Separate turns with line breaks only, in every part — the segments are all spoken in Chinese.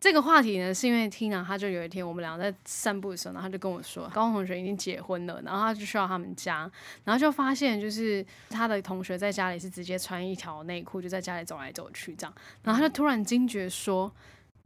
这个话题呢，是因为 Tina 她就有一天我们俩在散步的时候，然后她就跟我说，高中同学已经结婚了，然后她就去到他们家，然后就发现就是她的同学在家里是直接穿一条内裤就在家里走来走去这样，然后她就突然惊觉说。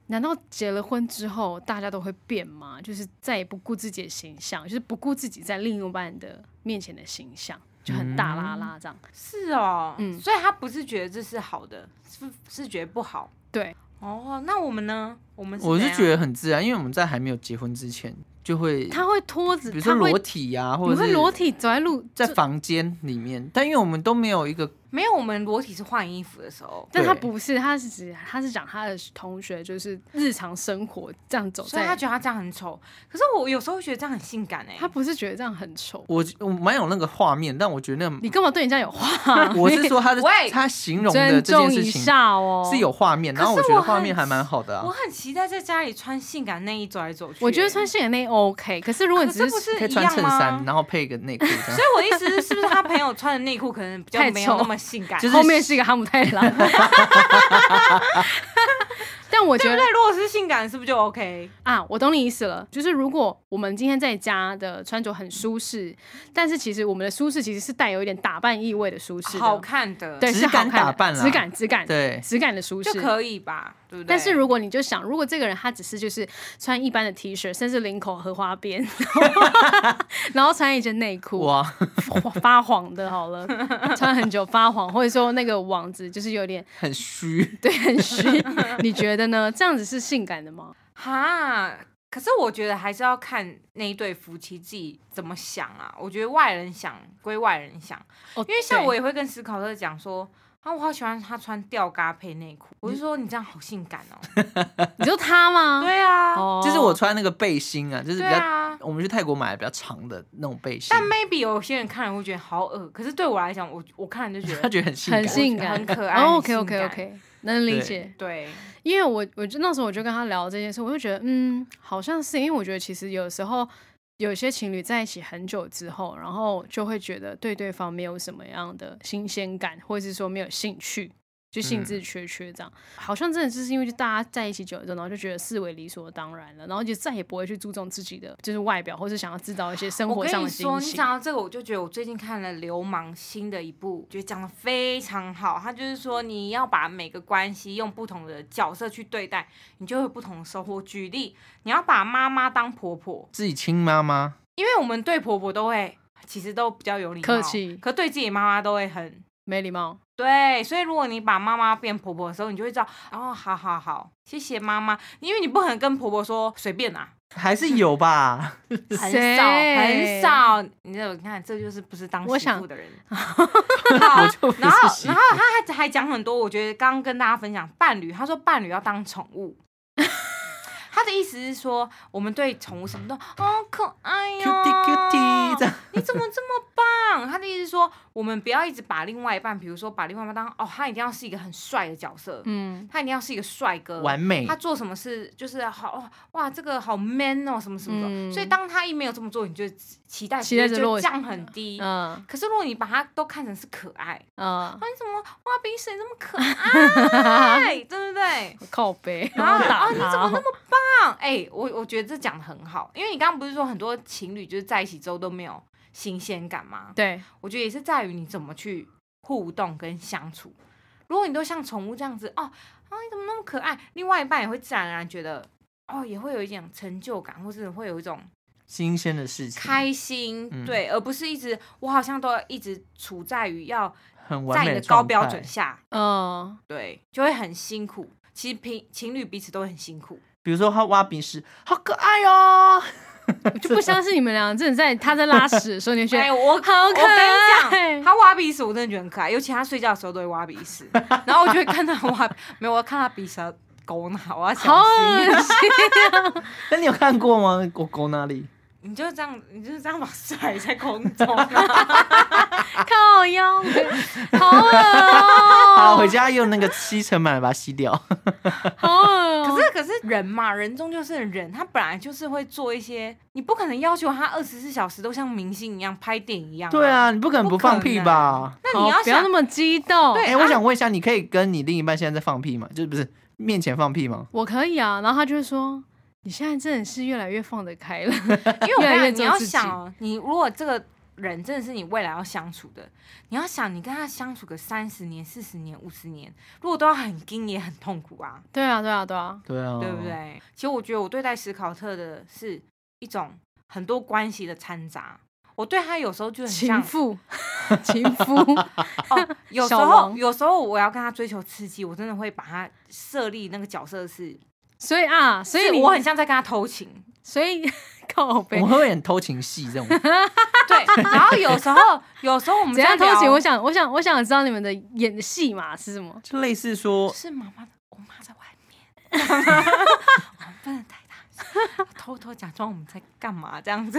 难道结了婚之后大家都会变吗？就是再也不顾自己的形象，就是不顾自己在另一半的面前的形象，就很大拉拉这样。
是哦，
嗯
所以他不是觉得这是好的，是是觉得不好。
对，
哦，那我们呢？我们
我是
怎样
觉得很自然，因为我们在还没有结婚之前就会，
他会拖着，
嗯比如
他
说
会
裸体呀、或
你
者
会
是
裸体走在路，
在
就
房间里面，但因为我们都没有一个
没有，我们裸体是换衣服的时候，
但他
对
不是，他是指他是讲他的同学就是日常生活这样走
所以
在，
他觉得他这样很丑。可是我有时候会觉得这样很性感哎、
他不是觉得这样很丑。
我我蛮有那个画面，但我 觉得
你
那
干嘛对人家有话？
我是说他的
喂
他形容的
尊
这件
重
事
一
情
下哦，
是。有画面，
可是
然后我觉得
我很
画面还蛮好的、
我
啊，
很期待在家里穿性感内衣走来走去、
我觉得
欸
穿性感内 OK，可是如果你只
可是不
是
是
可以
一
穿
样
衬
吗
衫，啊然后配个内裤这样
所。以我的意思是，是不是他朋友穿的内裤可能比较
太
没有那
丑
么性感？
就是
后面是一个哈姆太 郎， 但我觉
对
得
不对？如果是性感，是不是就 OK？
啊，我懂你意思了。就是如果我们今天在家的穿着很舒适，但是其实我们的舒适其实是带有一点打扮意味的舒适的，
好看的，
对，
质
是好
感
看的
打扮啦
质感质感
对，
质感的舒适
就可以吧？对不对？
但是如果你就想，如果这个人他只是就是穿一般的 T 恤，甚至领口荷花边， 然后然后穿一件内裤，
哇，
发黄的好了，穿很久发黄，或者说那个网子就是有点
很虚。
对很虚，你觉得呢？这样子是性感的吗？
哈，可是我觉得还是要看那一对夫妻自己怎么想啊。我觉得外人想归外人想，
哦，
因为像
对
我也会跟史考特讲说。啊，我好喜欢他穿吊嘎配内裤，我就说你这样好性感 哦。
你说他吗？
对啊，
哦，
就是我穿那个背心啊，就是比
对
较，
啊。
我们去泰国买的比较长的那种背心，
但 maybe 有些人看了会觉得好恶，可是对我来讲，我我看了就觉
他
得
觉得很性
很
感。
性感，
很可爱
哦
很
OK OK
性感
OK，能理解。
对，
因为我我就那时候我就跟他聊这件事，我就觉得嗯，好像是因为我觉得其实有时候有些情侣在一起很久之后，然后就会觉得对对方没有什么样的新鲜感，或者是说没有兴趣。就兴
嗯
致缺缺这样，好像真的就是因为就大家在一起久了之后，然后就觉得视为理所当然了，然后就再也不会去注重自己的就是外表，或是想要制造一些生
我
活
跟
上
你
的
说，
惊
你
喜。
讲到这个，我就觉得我最近看了《流氓》新的一部，觉得讲的非常好。他就是说，你要把每个关系用不同的角色去对待，你就会有不同的收获。举例，你要把妈妈当婆婆，
自己亲妈妈，
因为我们对婆婆都会其实都比较有礼貌，
客气
可对自己妈妈都会很
没礼貌，
对。所以如果你把妈妈变婆婆的时候，你就会知道，哦，好好好，谢谢妈妈，因为你不可能跟婆婆说随便啊。
还是有吧？
很
谁
少很。少，你知道，你看这就是不是当
我
媳
想
妇的人。
我
好，
就不
然后
是媳
然
妇
后。他还还讲很多，我觉得刚刚跟大家分享伴侣，他说伴侣要当宠 物。他的意思是说，我们对宠物什么都哦可爱哟、
cutie cutie 这样，
你怎么这么棒？他的意思是说，我们不要一直把另外一半，比如说把另外一半当哦，他一定要是一个很帅的角色，
嗯，
他一定要是一个帅哥，
完美
他，做什么事就是好哦哇，这个好 man 哦，什么什么的。
嗯
所以当他一没有这么做，你就期待值
期待值
就
落
降很低。
嗯
可是如果你把它都看成是可爱，啊
嗯，
你怎么哇比谁那么可爱，对不对？
靠背，
然后
打
哦啊你怎
他
么
哦
那么棒？哎、我我觉得这讲的很好，因为你刚刚不是说很多情侣就是在一起之后都没有新鲜感吗？
对，
我觉得也是在于你怎么去互动跟相处。如果你都像宠物这样子，哦，啊，你怎么那么可爱？另外一半也会自然而然觉得，哦，也会有一点成就感，或是会有一种
新鲜的事情，
开心，
嗯
对，而不是一直我好像都要一直处在于要
很
在
完
你
美
的高
状态
标准下，
嗯，
对，就会很辛苦。其实平情侣彼此都很辛苦，
比如说他挖鼻屎，好可爱哦，
我就不相信你们俩真的在他在拉屎的时候，你就觉
哎，
得
我
好可
我跟
爱
你讲，。他挖鼻屎我真的觉得很可爱，尤其他睡觉的时候都会挖鼻 屎，然后我就会看他挖，没有，我要看他鼻屎狗哪，我要小
好
心。
恶心！
那你有看过吗？狗狗哪里？
你就这样，你就这样把它甩在空中、啊
靠腰，好恶哦
好，回家用那个吸尘板把它吸掉。
好恶哦。
可是可是人嘛，人终究是人，他本来就是会做一些，你不可能要求他二十四小时都像明星一样拍电影一样、
对，啊，你不可能
不
不
可
放屁吧？
那
好
你要
不要
想
那么激动？
对
哎、
啊
我想问一下，你可以跟你另一半现在在放屁吗？就是不是面前放屁吗？
我可以啊。然后他就会说，你现在真的是越来越放得开了。
因为我
越来
跟
越
你
做
要
自己
想哦，你如果这个人真的是你未来要相处的，你要想你跟他相处个三十年、四十年、五十年，如果都要很硬，也很痛苦啊，
对啊，对啊，对啊，
对啊，
对不？对？其实我觉得我对待史考特的是一种很多关系的掺杂。我对他有时候就很
情
像，
妇，情妇，
哦、有时
小
候
王
有时候我要跟他追求刺激，我真的会把他设立那个角色是，
所以啊，所以
是
你
我很像在跟他偷 情，
所以 靠
我
背
们。会演偷情戏这种，
对。然后有时候有时候我们
怎样
在
偷
聊
情？我想，我想，我想知道你们的演戏嘛是什么？
就 类似说
是妈妈的，我妈在外 面，我们不能太大声，偷偷假装我们在干嘛这样子。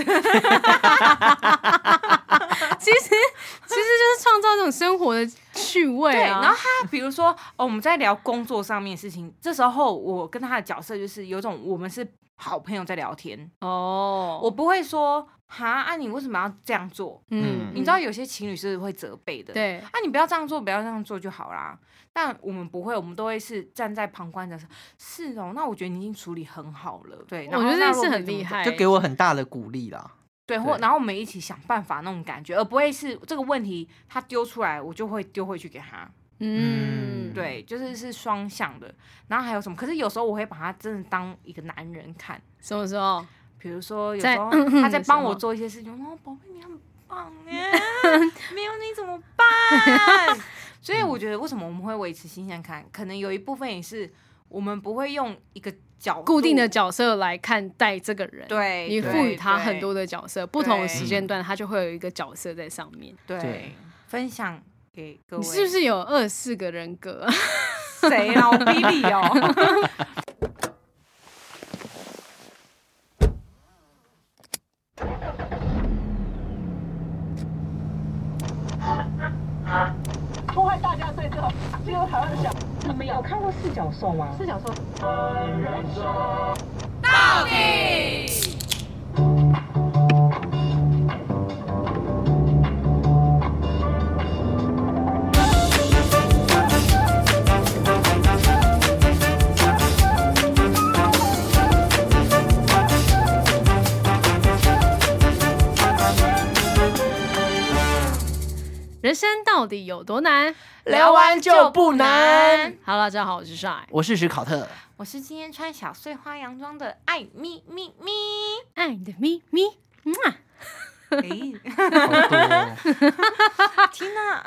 其实，其实就是创造这种生活的趣味
对，
啊。
然后他比如说，哦，我们在聊工作上面的事情，这时候我跟他的角色就是有种我们是好朋友在聊天，
哦，
我不会说哈，啊，你为什么要这样做？
嗯，
你知道有些情侣是会责备的，，
对，
啊，你不要这样做，不要这样做就好啦。但我们不会，我们都会是站在旁观者，是哦，那我觉得你已经处理很好了，对，然
我
后
觉得
那
这
如
是
果
很
怎么
厉
做
害，
就给我很大的鼓励啦。
对，或
对
然后我们一起想办法那种感觉，而不会是这个问题他丢出来，我就会丢回去给他。
嗯，
嗯
对，就是是双向的。然后还有什么？可是有时候我会把他真的当一个男人看，
什么时候？
比如说有
在
时候他
的
在
时
帮我
候
做一些事情，哦，宝贝你很棒 耶，没有你怎么办？ 所以
嗯
我觉得为什么我们会维持新鲜感，可能有一部分也是我们不会用一个角
固定的
度
角色来看待这个人，
对，
你
对
赋予他很
对
多的角色，不同的时
对
间段他就会有一个角色在上面。
对
对
分享给各位，
你是不是有二十四个人格？
谁啦？我逼你哦。
破坏大家对这个进入台湾的想。你们有看过四角兽吗？四角兽。
人生到底有多难？
聊完就不难。
好了，大家好，我是 Shy。
我是史考特，
我是今天穿小碎花洋装的艾咪咪咪。
爱你的咪咪，嗯啊
哎，
好多哦、
缇娜。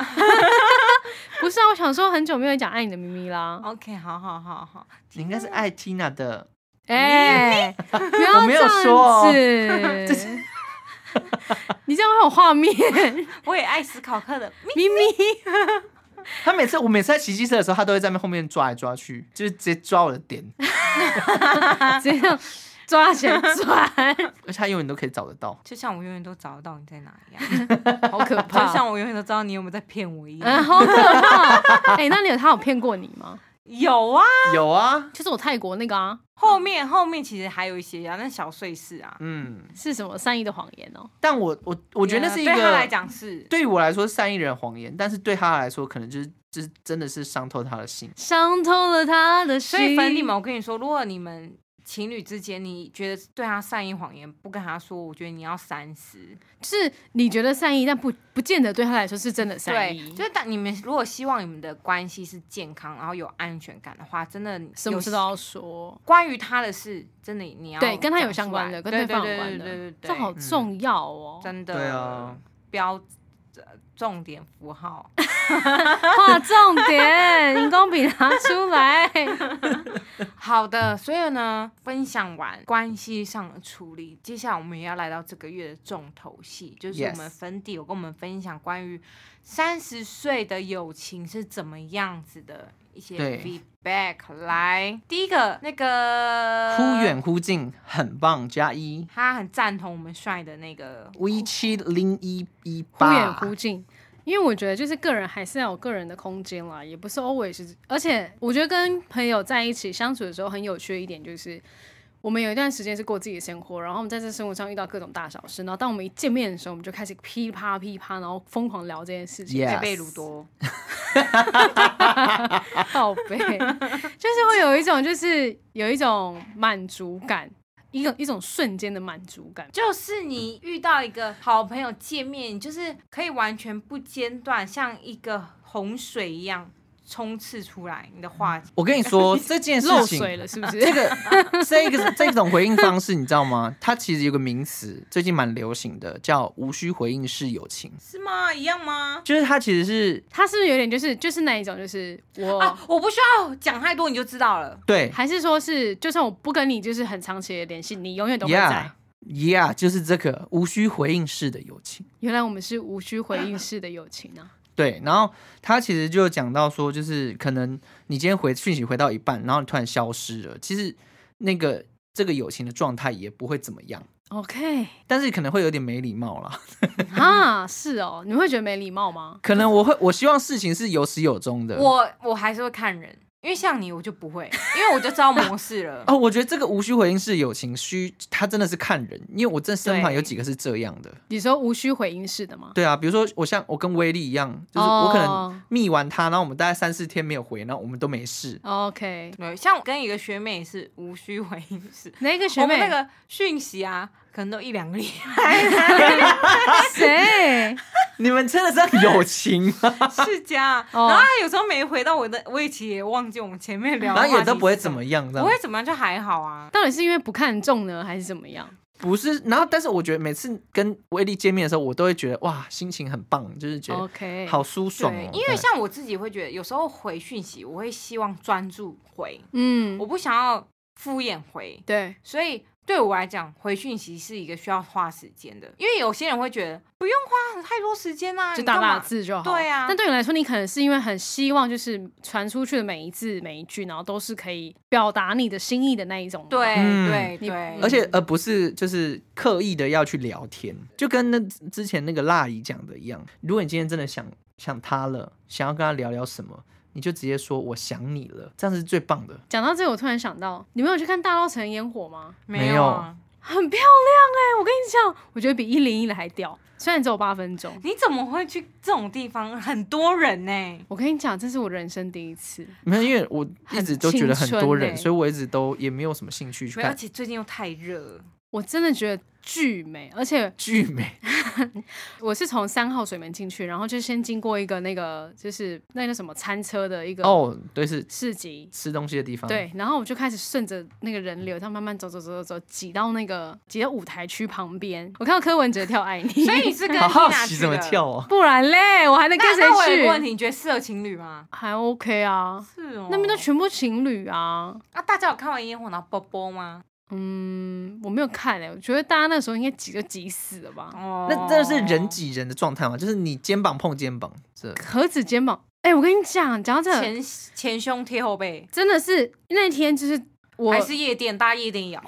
不是啊，我想说很久没有讲爱你的咪咪啦。
OK，好好好好。
你应该是艾缇娜的，
哎、不
我
要
没
这
有
样
说 哦
子， 你这样会有画面，
我也爱思考课的咪。
咪咪。
她每次我每次在骑机车的时候，她都会在后面抓来抓去，就是直接抓我的点，
这样抓起来转，
而且她永远都可以找得到。
就像我永远都找得到你在哪一样，
好可
就
怕。
像我永远都知道你有没有在骗我一
嗯，
啊
样。
好可怕！哎、那你有他有骗过你吗？
有啊，
有啊，
就是我泰国那个啊，
后面后面其实还有一些啊，那小碎事啊。
嗯，
是什么善意的谎言哦、
但我我我觉得那是一
啊对他
个
来讲是，
对于我来说是善意人的谎言，但是对她来说可能就是就是真的是伤透她的心。
伤透了他的心。
所以粉底们，我跟你说，如果你们情侣之间，你觉得对他善意谎言不跟他说，我觉得你要三思。
是你觉得善意，但不不见得对他来说是真的善意。
对，就是当你们如果希望你们的关系是健康，然后有安全感的话，真的
什么事都
有
要说，
关于他的事，真的你要
对，跟他有
讲
相
出
关
来
的，跟
对
方
对
有
对
关
对对
的，
对，嗯
这好重要哦。
真的
对啊，
标呃重点符号，
画重点，荧光笔拿出来。
好的，所以呢，分享完关系上的处理，接下来我们也要来到这个月的重头戏，就是我
Yes
们粉底有跟我们分享关于三十岁的友情是怎么样子的一些
对
feedback。来，第一个那个
忽，远忽近，很棒，加一。
他很赞同我们帅的那个，
V 七零一一
忽
八，
远忽近。因为我觉得就是个人还是要有个人的空间啦，也不是 always。而且我觉得跟朋友在一起相处的时候很有趣的一点就是，我们有一段时间是过自己的生活，然后我们在这生活上遇到各种大小事，然后当我们一见面的时候，我们就开始噼啪噼啪，然后疯狂聊这件事情。
贝
Yes
贝鲁多，
靠背，就是会有一种就是有一种满足感，一种一种瞬间的满足感。
就是你遇到一个好朋友见面，你就是可以完全不间断，像一个洪水一样冲刺出来你的话题。
我跟你说这件
漏
事情，
水了是不是？
这个这个这种回应方式，你知道吗？它其实有个名词，最近蛮流行的，叫无需回应式友情。
是吗？一样吗？
就是它其实是
他是不是有点就是就是那一种就是我、
啊，我不需要讲太多，你就知道了。
对
还是说是就算我不跟你就是很长期的联系，你永远都会在。
，yeah yeah，就是这个无需回应式的友情。
原来我们是无需回应式的友情 啊！
对，然后他其实就讲到说，就是可能你今天回讯息回到一半，然后你突然消失了，其实那个这个友情的状态也不会怎么样，
OK，
但是可能会有点没礼貌啦。
啊，是哦，你会觉得没礼貌吗？
可能我会，我希望事情是有始有终的。
我我还是会看人，因为像你我就不会，因为我就知道模式 了。
哦，我觉得这个无需回应式友情需，他真的是看人，因为我这身旁
对
有几个是这样的。
你说无需回应式的吗？
对啊，比如说我像我跟威力一样，就是我可
哦
能密完他，然后我们大概三四天没有回，然后我们都没事。
OK，
对，像我跟一个学妹也是无需回应式，
哪一个学
我
妹？
们那个讯息啊，可能都一两个礼
谁？
你们真的是很友情吗？
拜 是啊这样。
哦
然后她有时候没回到我的，我也其实也忘记我们前面聊的
然
话题是什么，
后也都不会怎么样，这样
不会怎么样，就还好啊。
到底是因为不看重呢，还是怎么样？
不是，然后但是我觉得每次跟威力见面的时候，我都会觉得哇，心情很棒，就是觉得
OK
好舒爽
对
哦。，
因为像我自己会觉得，有时候回讯息，我会希望专注回，
嗯
我，不想要敷衍回，
对，
所以对我来讲，回讯息是一个需要花时间的，因为有些人会觉得不用花太多时间啊，
就
你
打
干
打
嘛？
字就好。
对啊
但对你来说，你可能是因为很希望，就是传出去的每一字每一句，然后都是可以表达你的心意的那一种。
对、
嗯
对
你
对，
而且呃而不是就是刻意的要去聊天，就跟那之前那个辣姨讲的一样，如果你今天真的想想他了，想要跟他聊聊什么，你就直接说我想你了，这样是最棒的。
讲到这个，我突然想到，你们有去看大稻城烟火吗？
没
没
有
有
啊。
很漂亮哎、
欸
我跟你讲，我觉得比一零一的还屌，虽然只有八分钟。
你怎么会去这种地方？很多人呢、
我跟你讲，这是我人生第一次。
没有，因为我一直都觉得很多
很青春
人，
欸
所以我一直都也没有什么兴趣去
没有，而
看
且最近又太热 了，
我真的觉得巨美，而且
剧美。
我是从三号水门进去，然后就先经过一个那个就是那个什么餐车的一个
哦， 嗯对，是
市集，
吃东西的地方。，
对，然后我就开始顺着那个人流，这样慢慢走走走走走，挤到那个挤到舞台区旁边。我看到柯文哲跳《爱你》，
所以你是跟
好好
Tina
奇
去
怎么
的
跳哦。
不然嘞，我还能
那
跟谁
那我有一个问
去？
题，你觉得适合情侣吗？
还 OK 啊，
是哦，
那边都全部情侣啊。
啊，大家有看完烟火然后啵啵吗？
嗯，我没有看嘞、我觉得大家那时候应该挤就挤死了吧？
哦
那真的是人挤人的状态嘛，就是你肩膀碰肩膀，这
何止肩膀？哎、我跟你讲，讲到这个，
前前胸贴后背，
真的是那天就是我
还是夜店大夜店摇，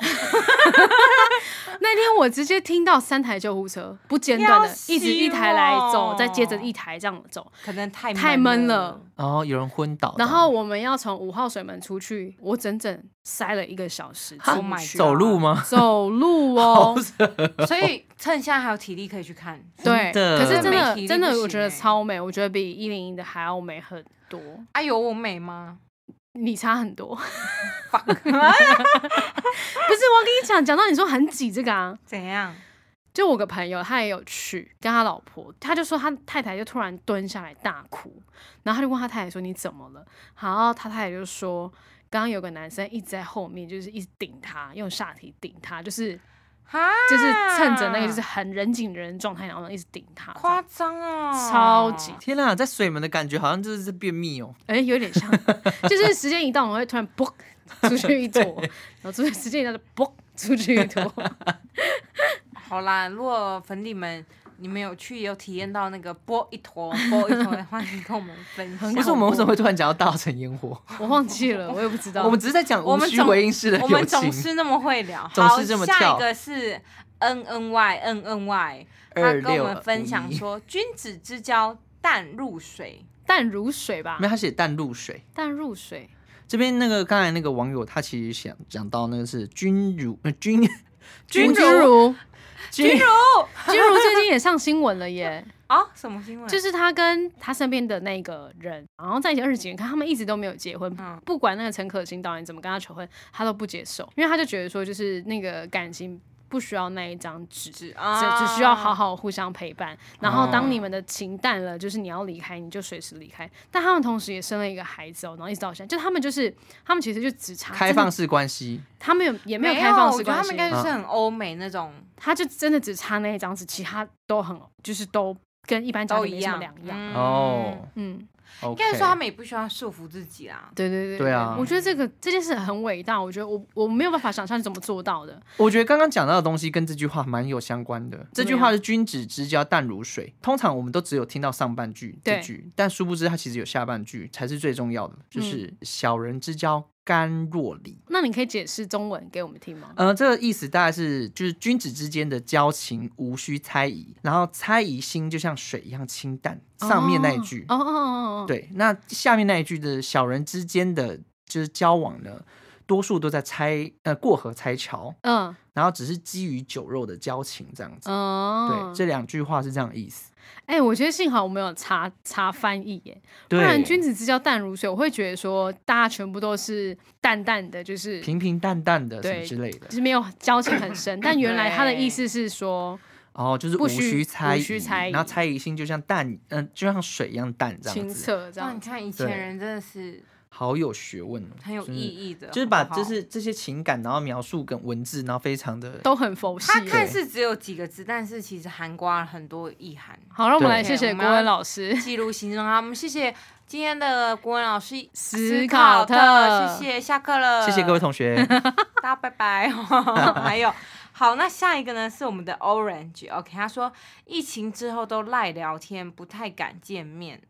那天我直接听到三台救护车不间断
要
的，
死
一直一台来走，
哦
再接着一台这样走。
可能太
太闷
闷
了。
然后有人昏倒，
然后我们要从五号水门出去，我整整塞了一个小时
哈
进
Oh my
去
god
走路吗？
走 路
好
哦。
所以趁现在还有体力可以去看。
对，
真
可
的
是真
没体
的
力
真的
不，行
我觉得
欸
超美，我觉得比一零一的还要美很多，
啊，有我美吗？
你差很多。
Fuck
不是，我跟你讲，讲到你说很挤这个啊，
怎样？
就我个朋友他也有去跟他老婆，他就说他太太就突然蹲下来大哭，然后他就问他太太说你怎么了？然后他太太就说刚刚有个男生一直在后面，就是一直顶他，用下体顶他，就是
哈，
就是趁着那个就是很人挤人的状态，然后一直顶他，
夸张哦，
超级
天啦，在水门的感觉好像就是在便秘哦。
哎、有点像，就是时间一到，我会突然啵出去一坨，然后出去时间一到就啵出去一坨，
好啦。如果粉底们你们有去有体验到那个波一坨波一坨的话，你跟我们分享。
很
不是我们为什么会突然讲到大城烟火？
我忘记了，我也不知道。
我们只是在讲
我
无
们
需
总
回应式的
我
友
们总
情。
是那么会聊，
总
好，
是这么
下
跳
一个是 N N Y N N Y，他
二
跟我
六
们分享，说君子之交淡如水，
淡如水吧
没有，，他写淡露水。
淡如水，
这边那个刚才那个网友，他其实想讲到那个是君如呃君
君
君
如，
啊
君如
君如最近也上新闻了耶，
啊，什么新闻？
就是他跟他身边的那个人，然后在一起二十几年，可他们一直都没有结婚。
嗯
不管那个陈可辛导演怎么跟他求婚，他都不接受，因为他就觉得说，就是那个感情不需要那一张纸，只
只啊
只需要好好互相陪伴。然后
哦
当你们的情淡了，就是你要离开，你就随时离开。但他们同时也生了一个孩子哦，然后一直到现在，就他们就是他们其实就只差
开
真
放
的，
式关系，
他们有也没有
没
开放
我
式
觉得
关
他
系嗯
们应，该就是很欧美那种，
他就真的只差那一张纸，其他都很就是都跟一般家
都
庭没
一
什么
样
两样。
嗯
哦，
嗯，
应
应该是说他们也不需要束缚自己啦。
对对对
对啊
我觉得这个这件事很伟大，我觉得我我没有办法想象是怎么做到的。
我觉得刚刚讲到的东西跟这句话蛮有相关的。这句话是“君子之交淡如水”，通常我们都只有听到上半句
对嗯
这句，但殊不知它其实有下半句才是最重要的，就是“小人之交甘若醴”
那你可以解释中文给我们听吗？
呃，这个意思大概是就是君子之间的交情无需猜疑，然后猜疑心就像水一样清淡。呃上面那一句，
哦哦哦哦，哦，
对，那下面那一句的小人之间的就是交往呢，多数都在拆呃过河拆桥，
嗯
然后只是基于酒肉的交情这样子。
哦
对，，这两句话是这样的意思。
哎、我觉得幸好我没有查查翻译耶，不
对，
然君子之交淡如水，我会觉得说大家全部都是淡淡的，就是
平平淡淡的什么
对
之类的
就，是没有交情很深。但原来他的意思是说，
哦，就是
不
无
需
需猜
无
疑，
需猜
然后
疑
猜疑心就像淡，嗯、就像水一样淡这样
清
子，
澈这
那
样
你
子。
看以前
对
人真的是
好有学问哦，
很有
就
意
是
义的，
就是把
好不好
就是这些情感，然后描述跟文字，然后非常的
都很佛系
它
耶。
看似只有几个字，但是其实含瓜了很多意涵。
好，让我们来
对
谢谢
我
国
们
文
要
老师。
记录心中啊，我们谢谢今天的国文老师
斯考
考
特
谢谢，下课了，
谢
呃
谢各位，同学。
大家拜拜。哦 还有，好，那下一个呢是我们的 Orange，OK，、他说疫情之后都赖聊天，不太敢见面。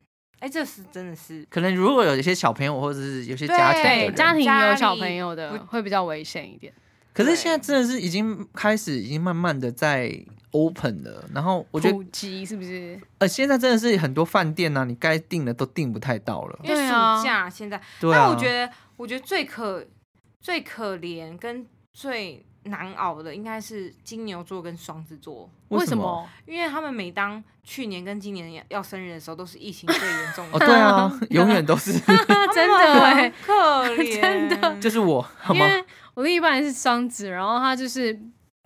哎，这是真的是
可能如果有一些小朋友或者是有些家庭的
对
对，
人
家庭有
家
小
里
朋友的
不
会比较危险一点。
可是现在真的是已经开始，已经慢慢的在 open 了。然后我觉得
普，及是不是？
呃，现在真的是很多饭店啊，你该订的都订不太到了。
因为
对
暑
啊
假现在，
对
但
啊，
我觉得，我觉得最可最可怜跟最难熬的应该是金牛座跟双子座。
为
什
么？
因为他们每当去年跟今年要生日的时候，都是疫情最严重
哦，
的。
对 啊，永远都是，
真的哎、
可怜，
真的
就是我， 好
因
吗？
为我另一半是双子，然后他就是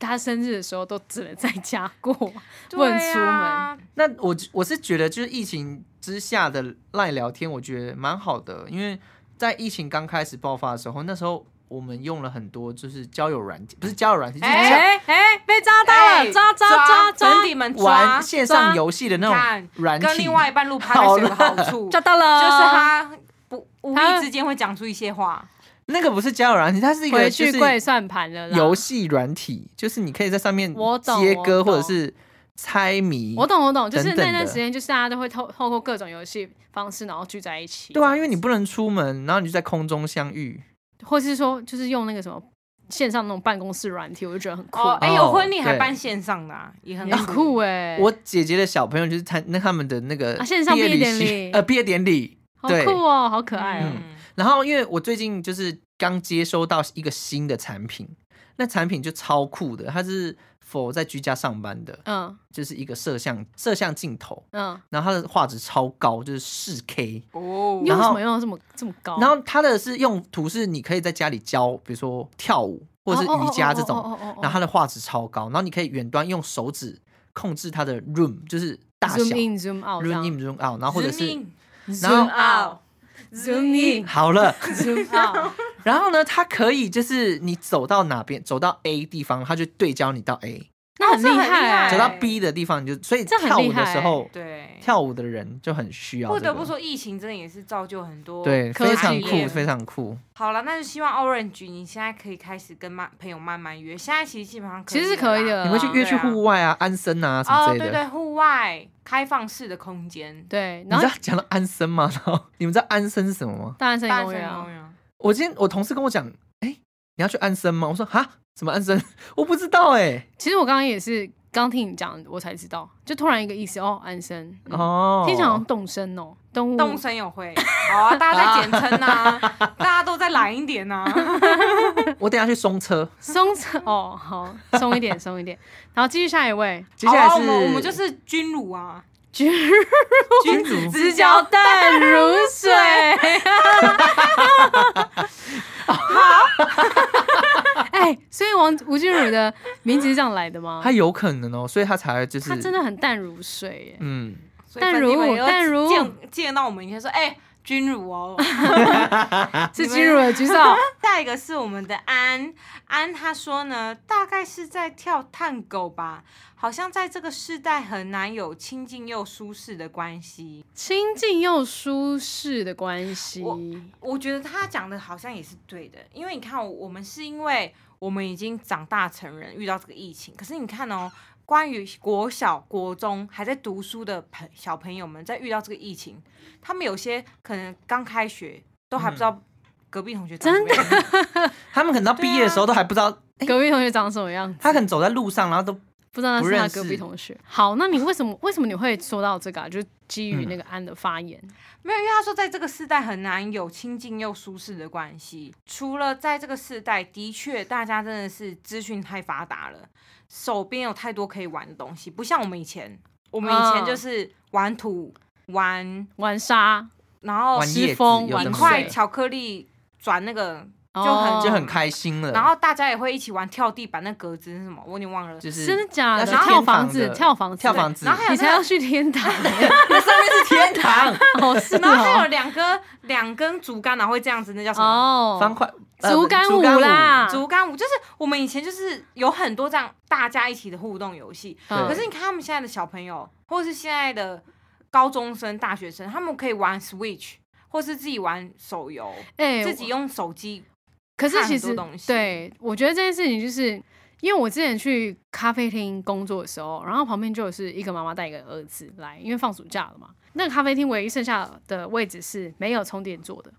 他生日的时候都只能在家 过，不能
对
出
啊
门。
那我我是觉得，就是疫情之下的赖聊天，我觉得蛮好的，因为在疫情刚开始爆发的时候，那时候我们用了很多就是交友软件，不是交友软件，就是交、
哎哎，
被抓到了，
哎
抓抓抓抓
粉，底们抓
玩线上游戏的那种软体，
跟另外一半录 p o d 有个好处，
抓
就是
到了，哦
他不无
他
意之间会讲出一些话。
那个不是交友软体，它是一个
回
就
去
是
跪算盘了啦。
游戏软体，就是你可以在上面
我懂
接
我
歌
懂
或者是猜谜。
我懂我懂，就是
等等
那段
的
时间，就是大家都会透透过各种游戏方式，然后聚在一起。
对啊，因
这
为
样
你不能出门，然后你就在空中相遇。
子或是说就是用那个什么线上那种办公室软体，我就觉得很酷，
哦，哎，
哦
有婚礼还
对
办线上的啊，也很
很酷哎、
我姐姐的小朋友就是参那他们的那个
啊线上
毕业
毕业
旅
典
行
礼
呃毕业典礼。
好
对
酷哦，好可爱哦。
嗯，
然后因为我最近就是刚接收到一个新的产品，那产品就超酷的，它是否在居家上班的，
嗯
就是一个摄像摄像镜头，
嗯，
然后它的画质超高，就是四 K。
哦
你为
然
什
后
么用到这么这么高？
然后它的是用途是你可以在家里教，比如说跳舞或者是瑜伽这种，
哦哦哦哦哦哦哦
然后它的画质超高，然后你可以远端用手指控制它的 room，就是大小
zoom in zoom out
room in room out，然后或者是
Zoom
然后
in, out
zoom in
好了，
zoom out，
然后呢，它可以就是你走到哪边，走到 A 地方，它就对焦你到 A；
那很
这
厉
很厉
害
害
走
欸。
到 B 的地方，你就所以
这很
跳
厉
舞的时候，
对，
跳舞的人就很需要、
不
这个。
得不说，疫情真的也是造就很多。
对，
科技
非常
业
酷，非常酷。
好了，那就希望 Orange 你现在可以开始跟慢朋友慢慢约。现在其实基本上
其实是可以的
啦
啊
你会去约去户外啊、安森啊什
哦，
么之类
对
的。
对，户外开放式的空间，
对，
你
然
知
后
道讲到安森吗？ 然后你们知道安森是什么吗？
大安森林
大
公园啊，
园。
我今天我同事跟我讲，哎、你要去安生吗？我说哈，什么安生？ 我不知道哎、
其实我刚刚也是刚听你讲，我才知道，就突然一个意思哦，安生，
哦，
听起来好像动身哦，动物
动身有会，好啊，大家在简称呐，大家都再懒一点啊呐。
我等一下去松车。
松扯哦，好松一点松一点，然后继续下一位，
接下来
好啊
哦
是
我们我们就是君乳啊，
居
君 主
直角淡如水。
哎、所以王吴君如的名字是这样来的吗
他？有可能哦，所以他才就是
他真的很淡如水耶。
嗯，
所以
淡
粉
如
底粉又
淡如
见见到我们以前说，哎、君如哦。
啊
是君如的举手。
下一个是我们的安安，他说呢，大概是在跳探狗吧，好像在这个世代很难有亲近又舒适的关系。
亲近又舒适的关系，
我我觉得他讲的好像也是对的，因为你看，哦我们是因为我们已经长大成人，遇到这个疫情。可是你看哦，关于国小、国中还在读书的朋小朋友们，在遇到这个疫情，他们有些可能刚开学都还不知道隔壁同学长什么样子
他们可能到毕业的时候都还不知道，
隔壁同学长什么样子，
他可能走在路上，然后都
不知道
不
那是他
认识
隔壁同学。好，那你为什么为什么你会说到这个啊？就是基于那个安的发言，
没有，因为他说在这个世代很难有亲近又舒适的关系。除了在这个世代，的确大家真的是资讯太发达了，手边有太多可以玩的东西，不像我们以前，我们以前
嗯
就是玩土、玩，
玩沙
然后
玩叶
哦失
子，
风
有
玩
的
一
没
块
水
的
巧克力转那个，
就
很
哦
就很开心了。
然后大家也会一起玩跳地板，那格子是什么？我有点忘了。
就是
真的假的？
要去
啊
天
跳房
堂
子，
的
跳房子，
跳房子，
然后还有
你
那
才要
个
去天堂，
那上面是 天堂
哦，是
然后还有
哦，
两根两根竹竿，然后会这样子，那叫什么？
哦，
方块呃
竹竿舞啦，
竹竿舞就是我们以前就是有很多这样大家一起的互动游戏，
嗯
哦可是你看他们现在的小朋友，或是现在的高中生、大学生，他们可以玩 Switch，或是自己玩手游，
哎，
自己用手机。
可是
看
其
很多
实
东西
对，我觉得这件事情就是。因为我之前去咖啡厅工作的时候，然后旁边就是一个妈妈带一个儿子来，因为放暑假了嘛。那个咖啡厅唯一剩下的位置是没有充电座的，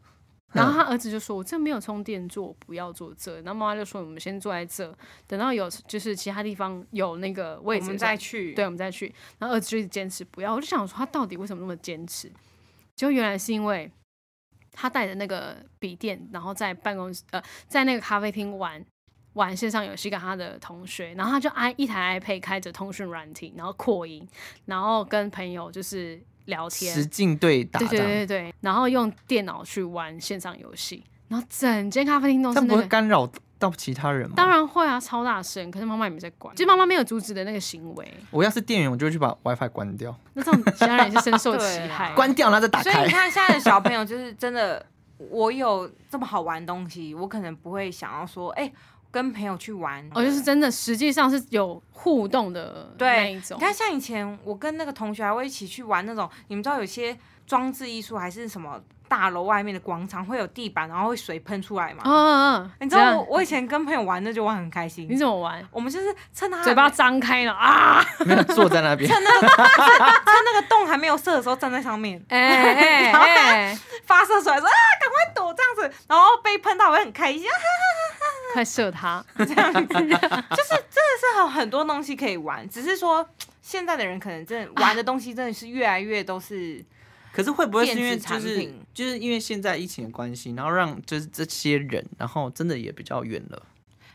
然后他儿子就说：“我这没有充电座，我不要坐这。”然后妈妈就说：“我们先坐在这，等到有就是其他地方有那个位
我
置
们
的时候
再去，
对，我们再去。然后儿子就一直坚持不要，我就想说他到底为什么那么坚持？结果原来是因为他带着那个笔电，然后在办公室呃，在那个咖啡厅玩玩线上游戏，跟他的同学，然后他就 i 一台 iPad 开着通讯软体，然后扩音，然后跟朋友就是聊天，
实境对打
对对
的，
对对，然后用电脑去玩线上游戏，然后整间咖啡厅都是
但
那
不
个
会。干扰到其他人吗？
当，然会啊，超大声，可是妈妈也没在管，就妈妈没有阻止的那个行为，
我要是店员，我就会去把 WiFi 关掉，
那这种其他人也是深受
对啊
其
啦
害。
关掉然后再打
所以
开
你。看现在的小朋友就是真的，我有这么好玩的东西，我可能不会想要说，哎、跟朋友去玩，
哦，就是真的，实际上是有互动的那
对
一种
你。看，像以前我跟那个同学还会一起去玩那种，你们知道有些装置艺术还是什么大楼外面的广场会有地板，然后会水喷出来嘛。
嗯嗯嗯，
你知
怎
道我啊
样
我以前跟朋友玩那就玩很开心
你，怎么玩？
我们就是趁他
嘴巴张开了啊！
没有坐在 那边，
趁那个洞还没有射的时候站在上面
哎哎哎，
发射出来说啊，赶快躲这样子，然后被喷到会很开心，啊、
快射他！
就是真的是有很多东西可以玩，只是说现在的人可能真的玩的东西真的是越来越都是
可是会不会是因为
电子
就
产
是
品
就是因为现在疫情的关系，然后让就是这些人，然后真的也比较远了。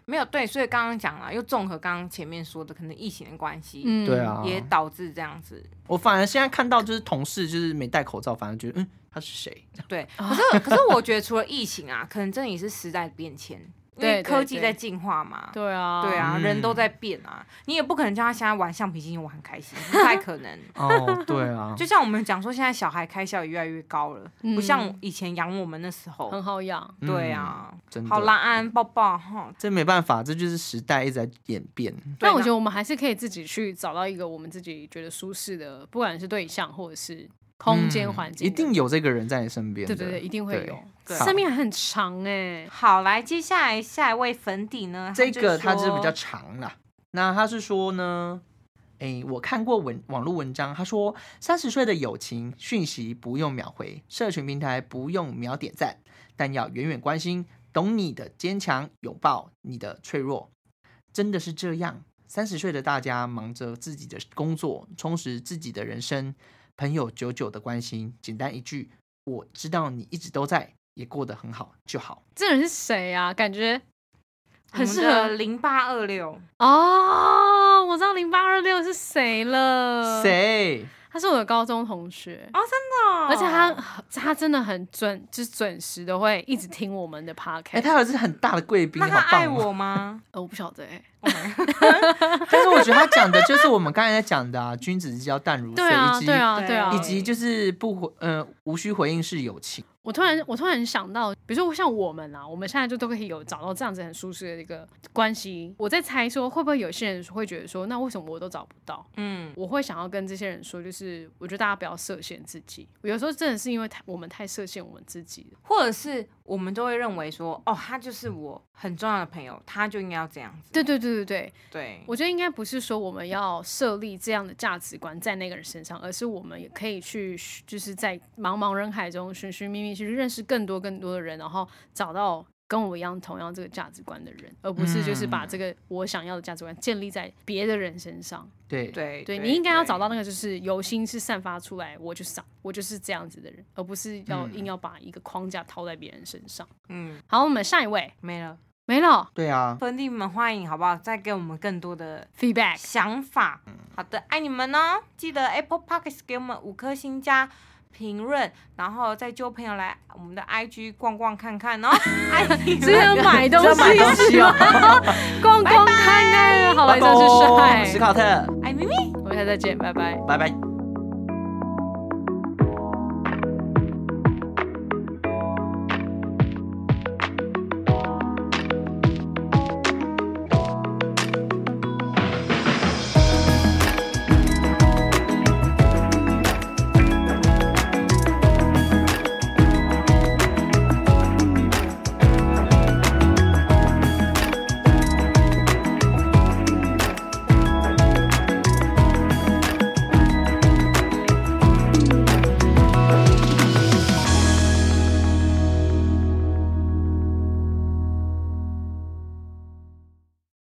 没有对，所以刚刚讲了，又综合刚刚前面说的可能疫情的关系，
嗯，
对，啊，
也导致这样子。
我反而现在看到就是同事就是没戴口罩，反而觉得嗯他是谁？
对，
哦
可是可是我觉得除了疫情啊，可能真的也是时代的 变迁，因为
对对
科技
对
在进化嘛。
对啊，
对啊，
嗯
人都在变啊，你也不可能叫他现在玩橡皮筋玩很开心，不太可 能。
哦，对 啊，
就像我们讲说，现在小孩开销也越来越高了，
嗯
不像以前养我们那时候。
很好养。
嗯
对，啊，
真的
好啦，安安抱抱哈。
这没办法，这就是时代一直在演变。
但我
那
觉得我们还是可以自己去找到一个我们自己觉得舒适的，不管是对象或者是空间
嗯
环境，
一定。有这个人在你身边
对
的。
对对，一定会有。
对
生命还很长哎，
好来，接下来下一位粉底呢？
这个它
他
就是
说
比较长啦。那他是说呢，诶，我看过文网络文章，他说三十岁的友情讯息不用秒回，社群平台不用秒点赞，但要远远关心，懂你的坚强，拥抱你的脆弱，真的是这样。三十岁的大家忙着自己的工作，充实自己的人生，朋友久久的关心，简单一句“我知道你一直都在，也过得很好”就好。
这人是谁啊？感觉很适合
零八二六。
哦，我知道零八二六是谁了。
谁？
他是我的高中同学，
哦
而且他他真的很准，就是准时的会一直听我们的 podcast。
哎、他儿子很大的贵宾，
那
好
他爱
棒、哦！
我吗？
呃我不晓得哎、
但是我觉得他讲的就是我们刚才在讲的啊，君子之交淡如水，
对啊，
以及
对啊，
对
对啊
以。及就是不回，呃，无需回应是友情。
我突然我突然想到，比如说像我们啊，我们现在就都可以有找到这样子很舒适的一个关系。我在猜说，会不会有些人会觉得说，那为什么我都找不到？
嗯，
我会想要跟这些人说，就是我觉得大家不要设限自己。有时候真的是因为太我们太设限我们自己了。
或者是我们都会认为说，哦，他就是我很重要的朋友，他就应该要这样子。
对对对对对，
对，
我觉得应该不是说我们要设立这样的价值观在那个人身上，而是我们也可以去，就是在茫茫人海中寻寻觅觅，去认识更多更多的人，然后找到跟我一样同样这个价值观的人，而不是就是把这个我想要的价值观建立在别的人身上。
对，
对
对你应该要找到
到
那个就是由心是散发出来，我就是这样我就是这样子的人，而不是要
嗯
硬要把一个框架套在别人身上。
嗯
好，我们下一位
没了。
没了
对啊，
粉底们欢迎好不好？再给我们更多的
feedback。
想法。
嗯
好的，爱你们哦！记得 Apple Podcast 给我们五颗星加评论，然后再揪朋友来我们的 IG 逛逛 看看哦。爱你
只有
们，
买东
要买东
西
西哦。
逛逛看看，好了，
拜
这是
拜，
帅
史。考特，
爱咪咪。
我们下次再见，拜拜。
拜拜。